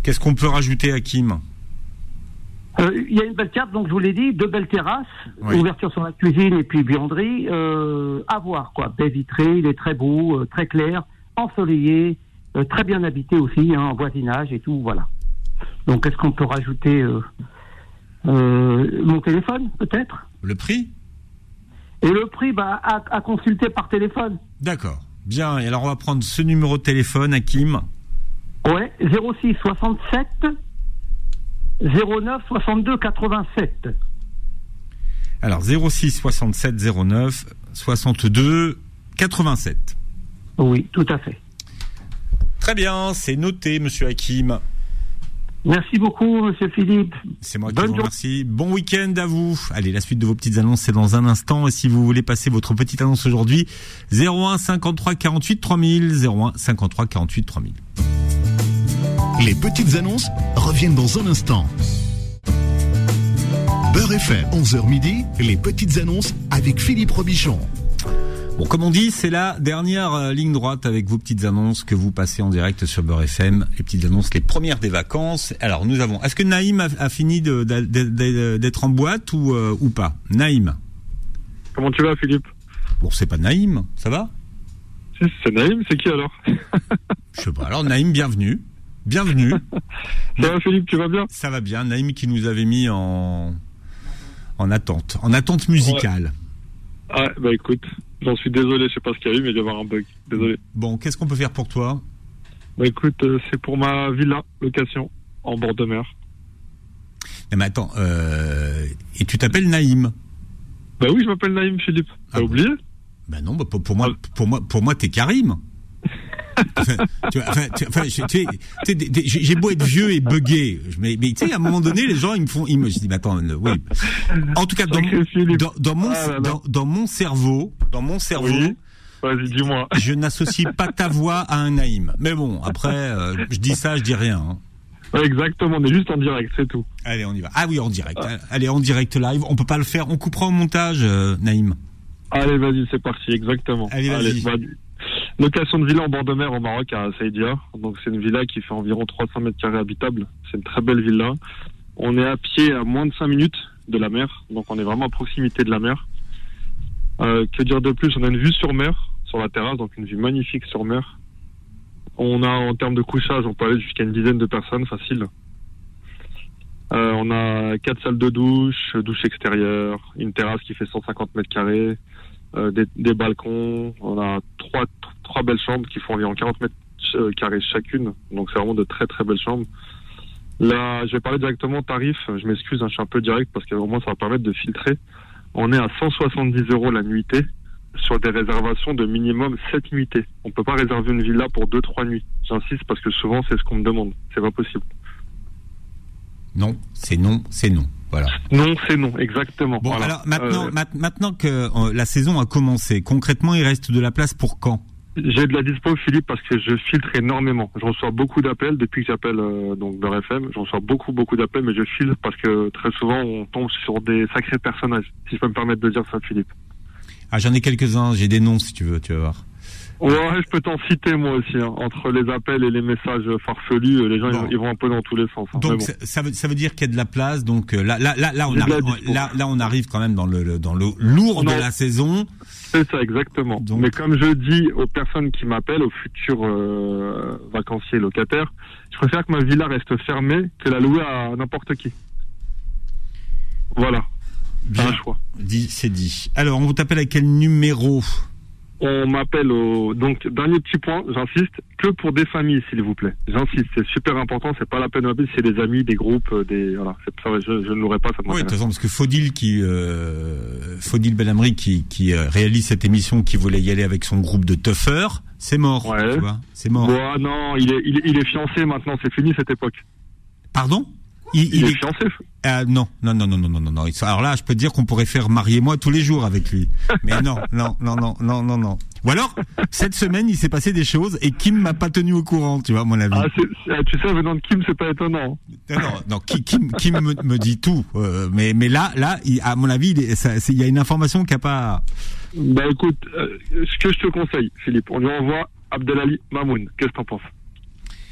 S2: Qu'est-ce qu'on peut rajouter, Hakim
S14: Euh, Il y a une belle carte, donc je vous l'ai dit, deux belles terrasses,
S2: Oui.
S14: ouverture sur la cuisine et puis buanderie. Euh, à voir, quoi. Baie vitrée, il est très beau, euh, très clair, ensoleillé, euh, très bien habité aussi, hein, en voisinage et tout, voilà. Donc, est-ce qu'on peut rajouter euh, euh, mon téléphone, peut-être
S2: Le prix
S14: Et le prix, bah, à, à consulter par téléphone.
S2: D'accord. Bien, et alors on va prendre ce numéro de téléphone, Hakim.
S14: Ouais, 06 67 09 62 87.
S2: Alors 06 67 09 62 87.
S14: Oui, tout à fait.
S2: Très bien, c'est noté, monsieur Hakim.
S14: Merci beaucoup, monsieur Philippe.
S2: C'est moi
S14: Bonne
S2: qui vous
S14: jour-
S2: remercie. Bon week-end à vous. Allez, la suite de vos petites annonces, c'est dans un instant. Et si vous voulez passer votre petite annonce aujourd'hui, 01 53 48 3000, 01 53 48 3000.
S1: Les petites annonces reviennent dans un instant. Beurre FM, 11h midi, les petites annonces avec Philippe Robichon.
S2: Bon, comme on dit, c'est la dernière euh, ligne droite avec vos petites annonces que vous passez en direct sur Beurre FM. Les petites annonces, les premières des vacances. Alors, nous avons. Est-ce que Naïm a, a fini de- d'a- d'a- d'a- d'être en boîte ou, euh, ou pas Naïm
S15: Comment tu vas, Philippe
S2: Bon, c'est pas Naïm, ça va
S15: C'est Naïm, c'est qui alors
S2: Je sais pas. Alors, Naïm, bienvenue. Bienvenue.
S15: Ça va Philippe, tu vas bien
S2: Ça va bien. Naïm qui nous avait mis en, en attente, en attente musicale.
S15: Ouais, bah écoute, j'en suis désolé, je sais pas ce qu'il y a eu, mais il va y avoir un bug. Désolé.
S2: Bon, qu'est-ce qu'on peut faire pour toi
S15: Bah écoute, euh, c'est pour ma villa, location, en bord de mer.
S2: Non, mais Eh ben, attends, euh, et tu t'appelles Naïm Ah
S15: Bah oui, je m'appelle Naïm Philippe. T'as oublié
S2: Bah non, bah pour, pour moi,
S15: Ah.
S2: pour moi, pour moi, t'es Karim. Enfin, tu vois, enfin, tu- enfin, je- tu sais, tu sais, des- des- j'ai j'ai beau être vieux et buggé, je- mais, mais tu sais, à un moment donné, les gens ils me font, ils me, je dis, mais attends, le- oui. En tout cas, dans, dans, dans
S15: Ah
S2: mon, dans, dans mon cerveau, dans mon cerveau,
S15: vas-y, dis-moi.
S2: Je n'associe pas ta voix à un Naïm. Mais bon, après, euh, je dis ça, je dis rien. hein.
S15: Ouais, exactement, on est juste en direct, c'est tout.
S2: Allez, on y va. Ah oui, en direct. Allez, en direct live. On peut pas le faire. On coupera au montage, euh, Naïm.
S15: Allez, vas-y, c'est parti, exactement.
S2: Allez, vas-y.
S15: bah, location de villa en bord de mer au Maroc à Saïdia. Donc, c'est une villa qui fait environ 300 mètres carrés habitables. C'est une très belle villa. On est à pied à moins de 5 minutes de la mer. Donc, on est vraiment à proximité de la mer. Euh, que dire de plus On a une vue sur mer, sur la terrasse, donc une vue magnifique sur mer. On a, en termes de couchage, on peut aller jusqu'à une dizaine de personnes, facile. Euh, on a quatre salles de douche, douche extérieure, une terrasse qui fait 150 mètres carrés, euh, des, des balcons. On a trois, trois belles chambres qui font environ 40 mètres euh, carrés chacune. Donc c'est vraiment de très très belles chambres. Là, je vais parler directement tarif. Je m'excuse, hein, je suis un peu direct parce qu'au moins ça va permettre de filtrer. On est à 170 euros la nuitée sur des réservations de minimum 7 nuitées. On peut pas réserver une villa pour 2-3 nuits. J'insiste parce que souvent c'est ce qu'on me demande. C'est pas possible.
S2: Non, c'est non, c'est non. Voilà.
S15: Non, c'est non, exactement.
S2: Bon,
S15: Voilà.
S2: alors maintenant,
S15: Euh,
S2: mat- maintenant que euh, la saison a commencé, concrètement, il reste de la place pour quand
S15: J'ai de la dispo, Philippe, parce que je filtre énormément. Je reçois beaucoup d'appels depuis que j'appelle euh, donc vers FM. Je reçois beaucoup, beaucoup d'appels, mais je filtre parce que très souvent on tombe sur des sacrés personnages, si je peux me permettre de dire ça, Philippe.
S2: Ah, j'en ai quelques-uns. J'ai des noms si tu veux. Tu vas voir.
S15: Ouais, je peux t'en citer moi aussi. hein. Entre les appels et les messages farfelus, euh, les gens ils, ils vont un peu dans tous les sens. hein.
S2: Donc
S15: Mais bon.
S2: ça, ça veut, ça veut dire qu'il y a de la place. Donc euh, là, là, là, là, on
S15: J'ai de la
S2: arrive,
S15: dispo.
S2: là, là, on arrive quand même dans le, le- dans le lourd de
S15: Non.
S2: la saison.
S15: C'est ça, exactement. Mais comme je dis aux personnes qui m'appellent, aux futurs euh, vacanciers locataires, je préfère que ma villa reste fermée que la louer à n'importe qui. Voilà. C'est un choix.
S2: Dit, c'est dit. Alors, on vous t'appelle à quel numéro
S15: On m'appelle au. Donc, dernier petit point, j'insiste, que pour des familles, s'il vous plaît. J'insiste, c'est super important, c'est pas la peine de m'appeler, c'est des amis, des groupes, euh, des. Voilà, c'est- ça, je, je ne l'aurai pas, ça
S2: Oui, de toute
S15: m'intéresse.
S2: façon, parce que Faudil qui euh, Faudil Belhamri qui, qui euh, réalise cette émission, qui voulait y aller avec son groupe de tuffeurs, c'est mort. tu vois, c'est mort.
S15: Ouais, ah non, il est, il, est- il est fiancé maintenant, c'est fini cette époque.
S2: Pardon il,
S15: est fiancé
S2: Ah, non, non, non, non, non, non, non, non. Alors là, je peux te dire qu'on pourrait faire marier moi tous les jours avec lui. Mais non, non, non, non, non, non, non. Ou alors, cette semaine, il s'est passé des choses et Kim m'a pas tenu au courant, tu vois, à mon avis.
S15: Ah, c'est- c'est- ah, tu sais, venant de Kim, c'est pas étonnant.
S2: Non, non, non, Kim, Kim, Kim me, me dit tout. euh, mais, mais là, là, il- à mon avis, il est- ça- c'est- il y a une information qui a pas.
S15: Bah écoute, euh, ce que je te conseille, Philippe, on lui envoie Abdelali Mamoun. Qu'est-ce que t'en penses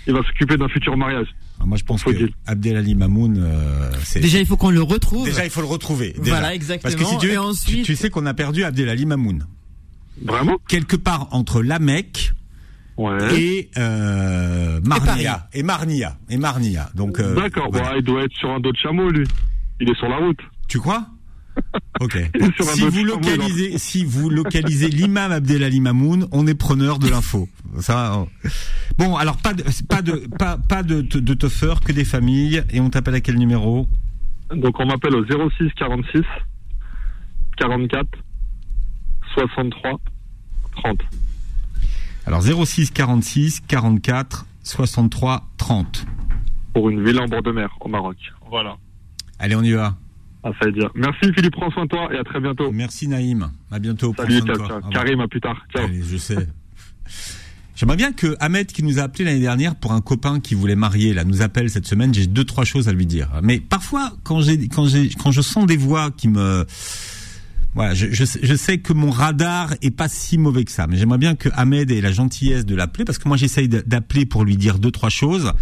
S15: Il va s'occuper d'un futur mariage.
S2: Ah, Moi, je pense que Abdelali Mamoun, euh, c'est.
S16: Déjà, il faut qu'on le retrouve.
S2: Déjà, il faut le retrouver. déjà.
S16: Voilà, exactement.
S2: Parce que si tu, veux,
S16: Et
S2: tu,
S16: ensuite,
S2: tu sais qu'on a perdu Abdelali Mamoun.
S15: Vraiment
S2: Quelque part entre la Mecque et euh, Marnia. Et, Marnia. Et Marnia. Donc. euh,
S15: D'accord, bah, il doit être sur un dos de chameau, lui. Il est sur la route.
S2: Tu crois Ok.
S15: Il est sur un
S2: si
S15: dos de
S2: vous
S15: chameau,
S2: localisez,
S15: donc.
S2: si vous localisez l'imam Abdelali Mamoun, on est preneur de l'info. Ça. on- Bon, alors pas de, pas de, pas, pas de, de, de teufeurs, que des familles. Et on t'appelle à quel numéro
S15: Donc on m'appelle au 06 46 44 63 30.
S2: Alors 06 46 44 63 30.
S15: Pour une villa en bord de mer au Maroc. Voilà.
S2: Allez, on y va.
S15: Ah, ça veut dire. Merci Philippe, prends soin de toi et à très bientôt.
S2: Merci Naïm, à bientôt. Prends
S15: Salut,
S2: soin de
S15: ciao,
S2: toi.
S15: ciao.
S2: Au revoir.
S15: Karim, à plus tard. Ciao.
S2: Allez, je sais. J'aimerais bien que Ahmed, qui nous a appelé l'année dernière pour un copain qui voulait marier, là, nous appelle cette semaine. J'ai deux, trois choses à lui dire. Mais parfois, quand j'ai, quand j'ai, quand je sens des voix qui me, voilà, je, je, sais- je sais que mon radar est pas si mauvais que ça, mais j'aimerais bien que Ahmed ait la gentillesse de l'appeler parce que moi j'essaye d'a- d'appeler pour lui dire deux trois choses.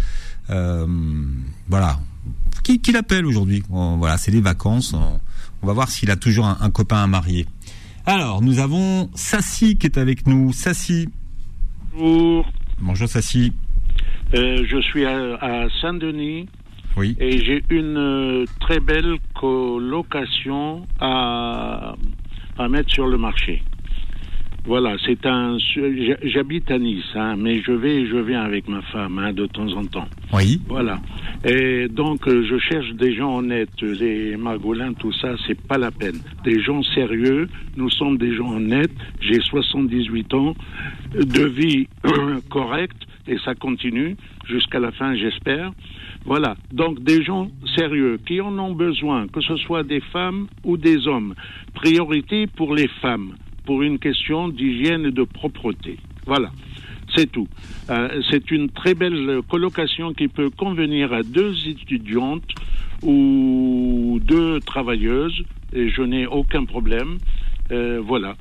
S2: Euh, voilà, qui, qui l'appelle aujourd'hui On- Voilà, c'est les vacances. On, on va voir s'il a toujours un, un copain à marier. Alors, nous avons Sassi qui est avec nous. Sassi.
S17: Bonjour.
S2: Bonjour Sassi.
S16: Euh, je suis à, à Saint-Denis.
S2: Oui.
S16: Et j'ai une euh, très belle colocation à, à mettre sur le marché. Voilà, c'est un. su- j'ha- J'habite à Nice, hein, mais je vais et je viens avec ma femme hein, de temps en temps.
S2: Oui.
S16: Voilà. Et donc, euh, je cherche des gens honnêtes. Les magolins, tout ça, c'est pas la peine. Des gens sérieux. Nous sommes des gens honnêtes. J'ai 78 ans de vie correcte et ça continue jusqu'à la fin, j'espère. Voilà. Donc, des gens sérieux qui en ont besoin, que ce soit des femmes ou des hommes. Priorité pour les femmes, pour une question d'hygiène et de propreté. Voilà. C'est tout. Euh, c'est une très belle colocation qui peut convenir à deux étudiantes ou deux travailleuses. Et je n'ai aucun problème. Euh, voilà.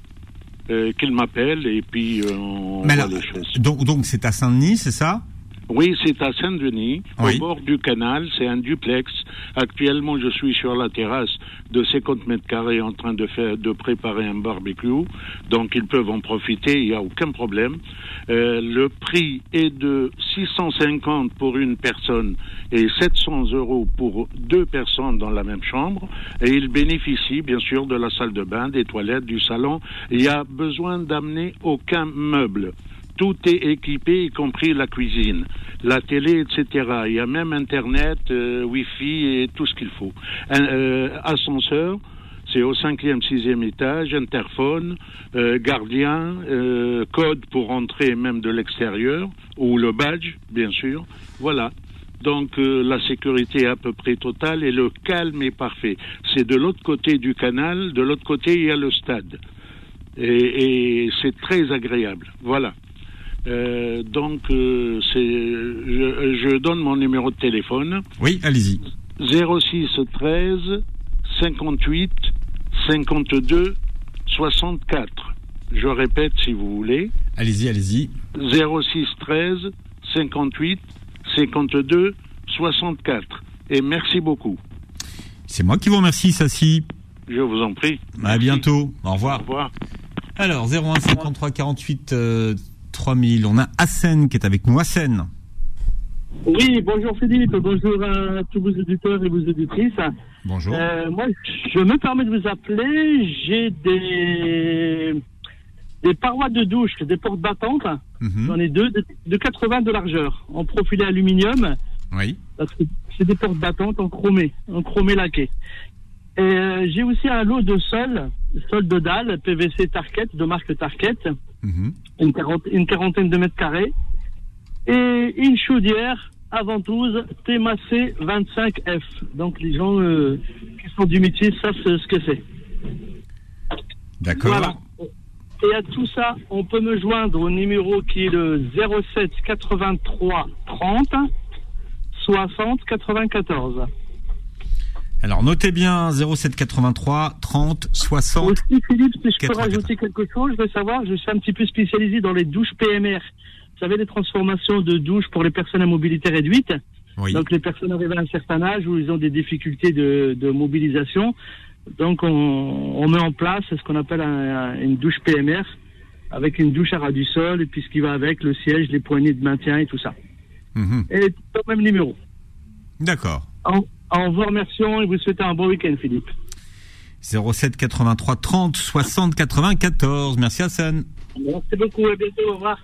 S16: Euh, Qu'ils m'appellent et puis euh, on
S2: Mais
S16: voit
S2: alors,
S16: les choses.
S2: donc, donc c'est à Saint-Denis, c'est ça
S16: Oui, c'est à Saint-Denis,
S2: Oui.
S16: au bord du canal. C'est un duplex. Actuellement, je suis sur la terrasse de 50 mètres carrés en train de, faire, de préparer un barbecue. Donc, ils peuvent en profiter. Il n'y a aucun problème. Euh, le prix est de 650 pour une personne et 700 euros pour deux personnes dans la même chambre. Et ils bénéficient, bien sûr, de la salle de bain, des toilettes, du salon. Il n'y a besoin d'amener aucun meuble. Tout est équipé, y compris la cuisine, la télé, etc. Il y a même Internet, euh, Wi-Fi et tout ce qu'il faut. Un, euh, ascenseur, c'est au cinquième, sixième étage, interphone, euh, gardien, euh, code pour entrer même de l'extérieur, ou le badge, bien sûr. Voilà. Donc euh, la sécurité est à peu près totale et le calme est parfait. C'est de l'autre côté du canal, de l'autre côté il y a le stade. Et, et c'est très agréable. Voilà. Euh, donc euh, c'est, je, je donne mon numéro de téléphone.
S2: Oui, allez-y.
S16: 06 13 58 52 64. Je répète si vous voulez.
S2: Allez-y, allez-y.
S16: 06 13 58 52 64. Et merci beaucoup.
S2: C'est moi qui vous remercie, Sassi.
S16: Je vous en prie.
S2: À bientôt. Au revoir.
S16: Au revoir.
S2: Alors, 01 53 48 euh, 3000. On a Hassen qui est avec nous. Hassen.
S17: Oui, bonjour Philippe, bonjour à tous vos auditeurs et vos auditrices.
S2: Bonjour.
S17: Euh, moi, je me permets de vous appeler. J'ai des, des parois de douche, des portes battantes.
S2: Mhm.
S17: J'en ai deux de, de 80 de largeur, en profilé aluminium.
S2: Oui.
S17: Parce que c'est des portes battantes en chromé, en chromé laqué. Et euh, j'ai aussi un lot de sol, sol de dalle, PVC Tarket, de marque Tarket,
S2: Mhm.
S17: une, quarante- une quarantaine de mètres carrés, et une chaudière à ventouse TMAC 25F. Donc les gens euh, qui sont du métier savent euh, ce ce que c'est.
S2: D'accord.
S17: Voilà. Et à tout ça, on peut me joindre au numéro qui est le 07 83 30 60 94.
S2: Alors, notez bien 07 83 30 60.
S17: Philippe, si je peux rajouter quelque chose, je veux savoir, je suis un petit peu spécialisé dans les douches PMR. Vous savez, les transformations de douches pour les personnes à mobilité réduite.
S2: Oui.
S17: Donc, les personnes arrivées à un certain âge où ils ont des difficultés de, de mobilisation. Donc, on, on met en place ce qu'on appelle un- un- une douche PMR avec une douche à ras du sol et puis ce qui va avec, le siège, les poignées de maintien et tout ça.
S2: Mhm.
S17: Et au même numéro.
S2: D'accord.
S17: En, en vous remerciant et vous souhaitant un bon week-end, Philippe.
S2: 07 83 30 60 94. Merci, Hassen.
S17: Merci beaucoup, à bientôt, au revoir.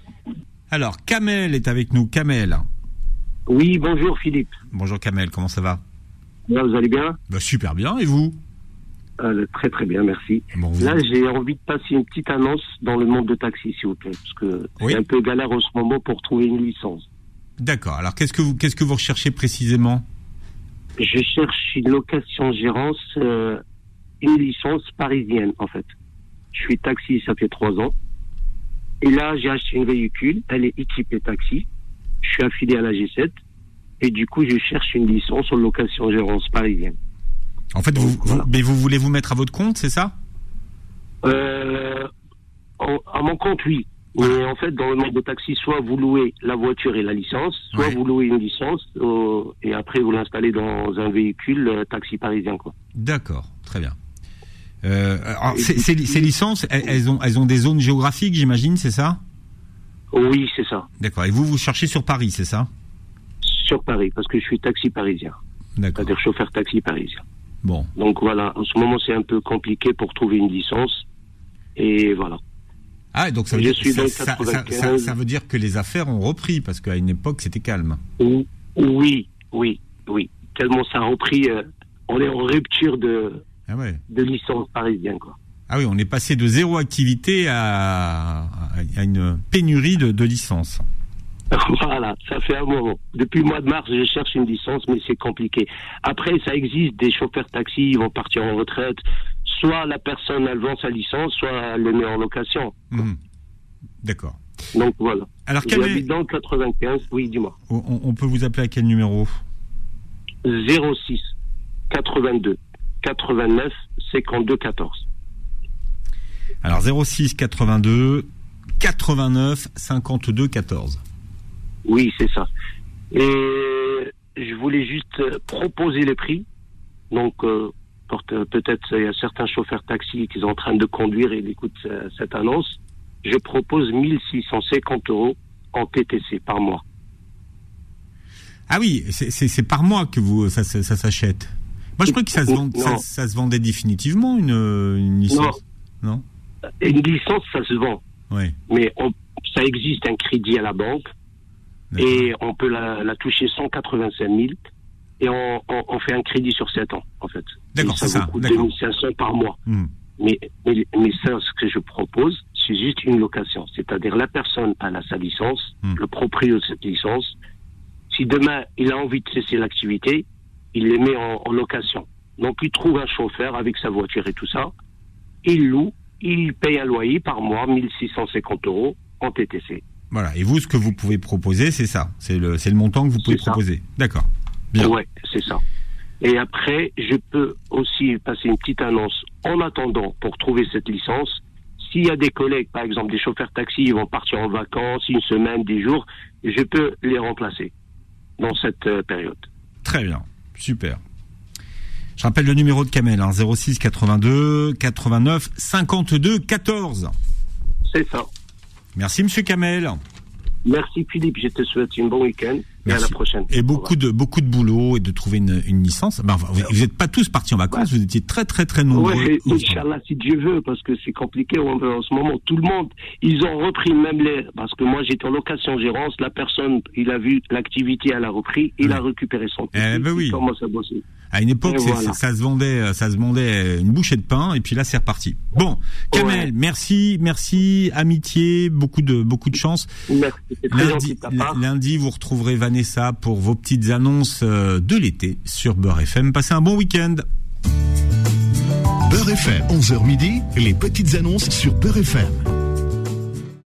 S2: Alors, Kamel est avec nous. Kamel.
S18: Oui, bonjour Philippe.
S2: Bonjour, Kamel. Comment ça va
S18: Là, vous allez bien
S2: Bah, Super bien. Et vous
S18: Euh, Très très bien, merci.
S2: vous-
S18: Là, j'ai envie de passer une petite annonce dans le monde de taxi, s'il vous plaît, parce que
S2: Oui.
S18: c'est un peu galère en ce moment pour trouver une licence.
S2: D'accord. Alors, qu'est-ce que vous, qu'est-ce que vous recherchez précisément
S18: Je cherche une location-gérance, euh, une licence parisienne, en fait. Je suis taxi, ça fait trois ans. Et là, j'ai acheté une véhicule, elle est équipée taxi. Je suis affilié à la G7. Et du coup, je cherche une licence en location-gérance parisienne.
S2: En fait, vous, vous- mais vous voulez vous mettre à votre compte, c'est ça
S18: Euh, en- à mon compte, oui.
S2: Ah.
S18: Mais en fait, dans le monde de taxi, soit vous louez la voiture et la licence, soit vous louez une licence euh, et après vous l'installez dans un véhicule euh, taxi parisien. Quoi.
S2: D'accord. Très bien. Euh, alors, ces, ces- ces licences, elles, elles ont, elles ont des zones géographiques, j'imagine, c'est ça
S18: Oui, c'est ça.
S2: D'accord. Et vous, vous cherchez sur Paris, c'est ça
S18: sur Paris, parce que je suis taxi parisien. C'est-à-dire chauffeur taxi parisien.
S2: Bon.
S18: Donc voilà, en ce moment, c'est un peu compliqué pour trouver une licence. Et voilà.
S2: Ah, donc ça veut,
S18: Je
S2: dire,
S18: suis
S2: ça-
S18: dans le
S2: ça- ça-
S18: 95.
S2: ça- ça veut dire que les affaires ont repris, parce qu'à une époque, c'était calme.
S18: Ou- Oui, oui, oui. Tellement ça a repris. euh, on est en rupture de,
S2: Ah ouais.
S18: de licence parisienne, quoi.
S2: Ah oui, on est passé de zéro activité à, à une pénurie de, de licences.
S18: Voilà, ça fait un moment. Depuis le mois de mars, je cherche une licence, mais c'est compliqué. Après, ça existe, des chauffeurs taxi, ils vont partir en retraite. Soit la personne, elle vend sa licence, soit elle le met en location.
S2: Mhm. D'accord.
S18: Donc voilà.
S2: Alors, quel est-
S18: J'habite dans le 95, oui, dis-moi.
S2: On- On, on peut vous appeler à quel numéro
S18: 06 82 89 52 14.
S2: Alors 06 82 89 52 14.
S18: Oui, c'est ça. Et je voulais juste euh, proposer les prix. Donc, euh, pour- euh, peut-être euh, il y a certains chauffeurs taxi qui sont en train de conduire et ils écoutent euh, cette annonce. Je propose 1650 euros en TTC par mois.
S2: Ah oui, c'est- c'est c'est par mois que vous ça, ça- ça s'achète. Moi je crois que ça se, vend-
S18: Non.
S2: ça, ça se vendait définitivement une, une licence. Non.
S18: euh, Une licence, ça se vend.
S2: Oui.
S18: Mais on- ça existe un crédit à la banque et on peut la, la toucher 185 000 et on, on- on fait un crédit sur 7 ans, en fait.
S2: D'accord,
S18: Et
S2: c'est ça,
S18: vous coûte
S2: d'accord.
S18: 2500 par mois.
S2: Hmm.
S18: Mais, mais, mais ça, ce que je propose, c'est juste une location. C'est-à-dire la personne elle a sa licence, le propriétaire de cette licence. Si demain, il a envie de cesser l'activité, il les met en, en location. Donc, il trouve un chauffeur avec sa voiture et tout ça. Il loue, il paye un loyer par mois, 1650 euros en TTC.
S2: Voilà. Et vous, ce que vous pouvez proposer, c'est ça. C'est le, c'est le montant que vous pouvez
S18: C'est ça.
S2: proposer. D'accord. Bien.
S18: Ouais, c'est ça. Et après, je peux aussi passer une petite annonce en attendant pour trouver cette licence. S'il y a des collègues, par exemple des chauffeurs taxi, ils vont partir en vacances une semaine, dix jours, je peux les remplacer dans cette euh, période.
S2: Très bien. Super. Je rappelle le numéro de Kamel, hein, 06 82 89 52 14.
S18: C'est ça.
S2: Merci Monsieur Kamel.
S18: Merci Philippe, je te souhaite une bon week-end et à
S2: Merci.
S18: la prochaine.
S2: Et beaucoup de beaucoup de boulot et de trouver une, une licence. Ben, vous vous n'êtes pas tous partis en vacances, vous étiez très très très nombreux.
S18: Ouais, Inch'Allah, si Dieu veut, parce que c'est compliqué on veut en ce moment. Tout le monde, ils ont repris même les. Parce que moi, j'étais en location-gérance, la personne, il a vu l'activité, elle a repris, il a récupéré son titre.
S2: ben oui.
S18: Il commence à bosser.
S2: À une époque,
S18: Et
S2: c'est-
S18: voilà.
S2: c'est- ça se vendait, euh, ça se vendait une bouchée de pain, et puis là, c'est reparti. Bon, Kamel, merci, merci, amitié, beaucoup de, beaucoup de chance.
S18: Merci, c'est très gentil
S2: Lundi,
S18: de ta part.
S2: lundi, vous retrouverez Vanessa pour vos petites annonces euh, de l'été sur Beurre FM. Passez un bon week-end.
S1: Beurre FM, 11h midi, les petites annonces sur Beurre FM.